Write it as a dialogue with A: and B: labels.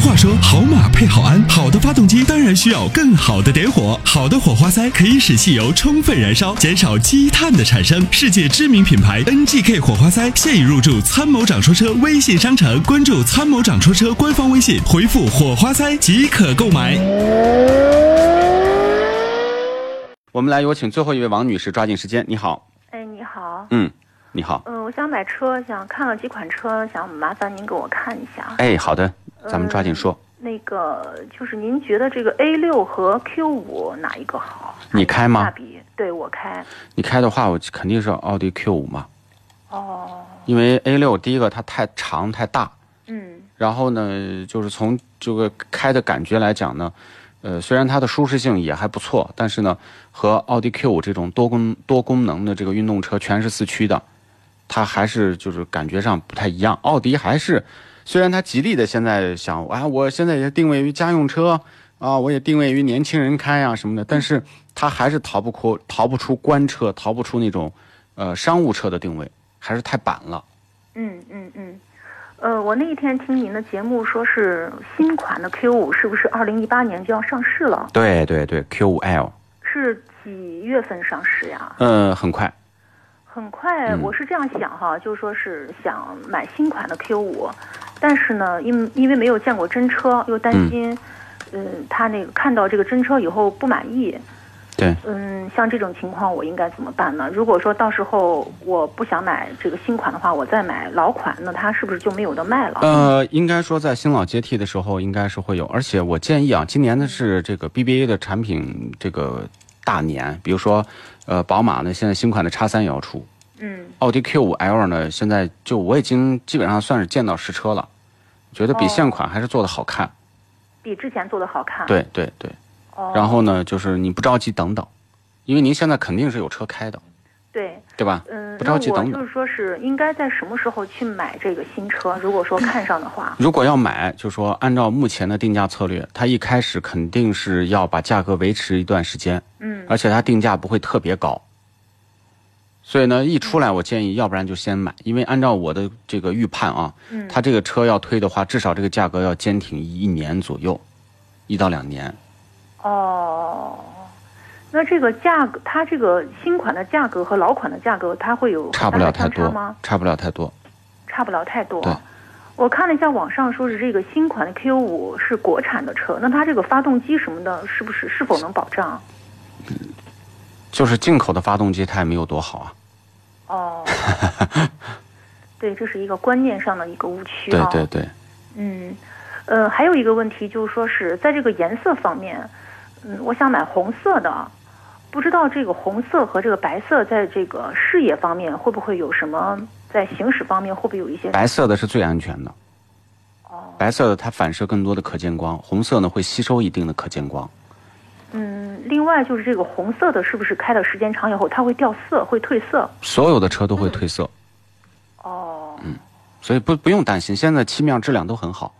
A: 话说，好马配好鞍，好的发动机当然需要更好的点火。好的火花塞可以使汽油充分燃烧，减少积碳的产生。世界知名品牌 NGK 火花塞现已入驻参谋长说车微信商城，关注参谋长说车官方微信，回复火花塞即可购买。
B: 我们来有请最后一位王女士，抓紧时间。你好，
C: 哎，你好，
B: 嗯，你好，
C: 嗯、我想买车，想看了几款车，想麻烦您给我看一下。
B: 哎，好的，咱们抓紧说。
C: 那个就是您觉得这个 A 六和 Q 五哪一个好？
B: 你开吗
C: 大比对我开。
B: 你开的话，我肯定是奥迪 Q 五嘛，
C: 哦，
B: 因为 A 六第一个它太长太大，
C: 嗯
B: 然后呢，就是从这个开的感觉来讲呢，呃，虽然它的舒适性也还不错，但是呢，和奥迪 Q 五这种多功多功能的这个运动车，全是四驱的，它还是就是感觉上不太一样。奥迪还是，虽然它吉利的现在想，啊，我现在也定位于家用车啊，我也定位于年轻人开啊什么的，但是它还是逃不出逃不出官车，逃不出那种呃商务车的定位，还是太板了。
C: 嗯嗯嗯。呃，我那一天听您的节目，说是新款的 Q 五是不是二零一八年就要上市了？
B: 对对对，Q 五 L，
C: 是几月份上市呀？
B: 嗯，很快。
C: 很快，
B: 嗯
C: 我是这样想哈，就说是想买新款的 Q 五，但是呢，因因为没有见过真车，又担心，嗯，他那个看到这个真车以后不满意，
B: 对，
C: 嗯，像这种情况我应该怎么办呢？如果说到时候我不想买这个新款的话，我再买老款，那它是不是就没有的卖了？
B: 呃，应该说在新老接替的时候，应该是会有。而且我建议啊，今年呢是这个 BBA 的产品这个大年，比如说，呃，宝马呢现在新款的 X 三也要出，
C: 嗯，
B: 奥迪 Q 五 L 呢现在就我已经基本上算是见到实车了，觉得比
C: 哦
B: 现款还是做的好看。
C: 比之前做的好看。，
B: 对对对，
C: 哦，
B: 然后呢就是你不着急等等，因为您现在肯定是有车开的，
C: 对，
B: 对吧？
C: 嗯，
B: 不着急
C: 那我
B: 等等
C: 就是说是应该在什么时候去买这个新车？如果说看上的话，
B: 如果要买，就说按照目前的定价策略，它一开始肯定是要把价格维持一段时间，
C: 嗯
B: 而且它定价不会特别高。所以呢，一出来我建议，要不然就先买，因为按照我的这个预判啊，
C: 嗯，
B: 它这个车要推的话，至少这个价格要坚挺一年左右，一到两年。
C: 哦，那这个价格，它这个新款的价格和老款的价格，它会有
B: 差不
C: 很
B: 了
C: 大的
B: 太
C: 相差
B: 多
C: 吗？，
B: 差不了太多。
C: 差不了太多
B: 对。
C: 我看了一下网上，说是这个新款的 Q 五是国产的车，那它这个发动机什么的，是不是是否能保障？
B: 就是进口的发动机它也没有多好啊。
C: 哦，对，这是一个观念上的一个误区
B: 对
C: 啊。
B: 对对，
C: 嗯，呃，还有一个问题就是说是在这个颜色方面，嗯，我想买红色的，不知道这个红色和这个白色在这个视野方面会不会有什么，在行驶方面会不会有一些？
B: 白色的是最安全的。
C: 哦，
B: 白色的它反射更多的可见光，红色呢会吸收一定的可见光。
C: 嗯，另外就是这个红色的，是不是开的时间长以后它会掉色，会褪色？
B: 所有的车都会褪色，
C: 哦。
B: 所以不不用担心，现在漆面质量都很好。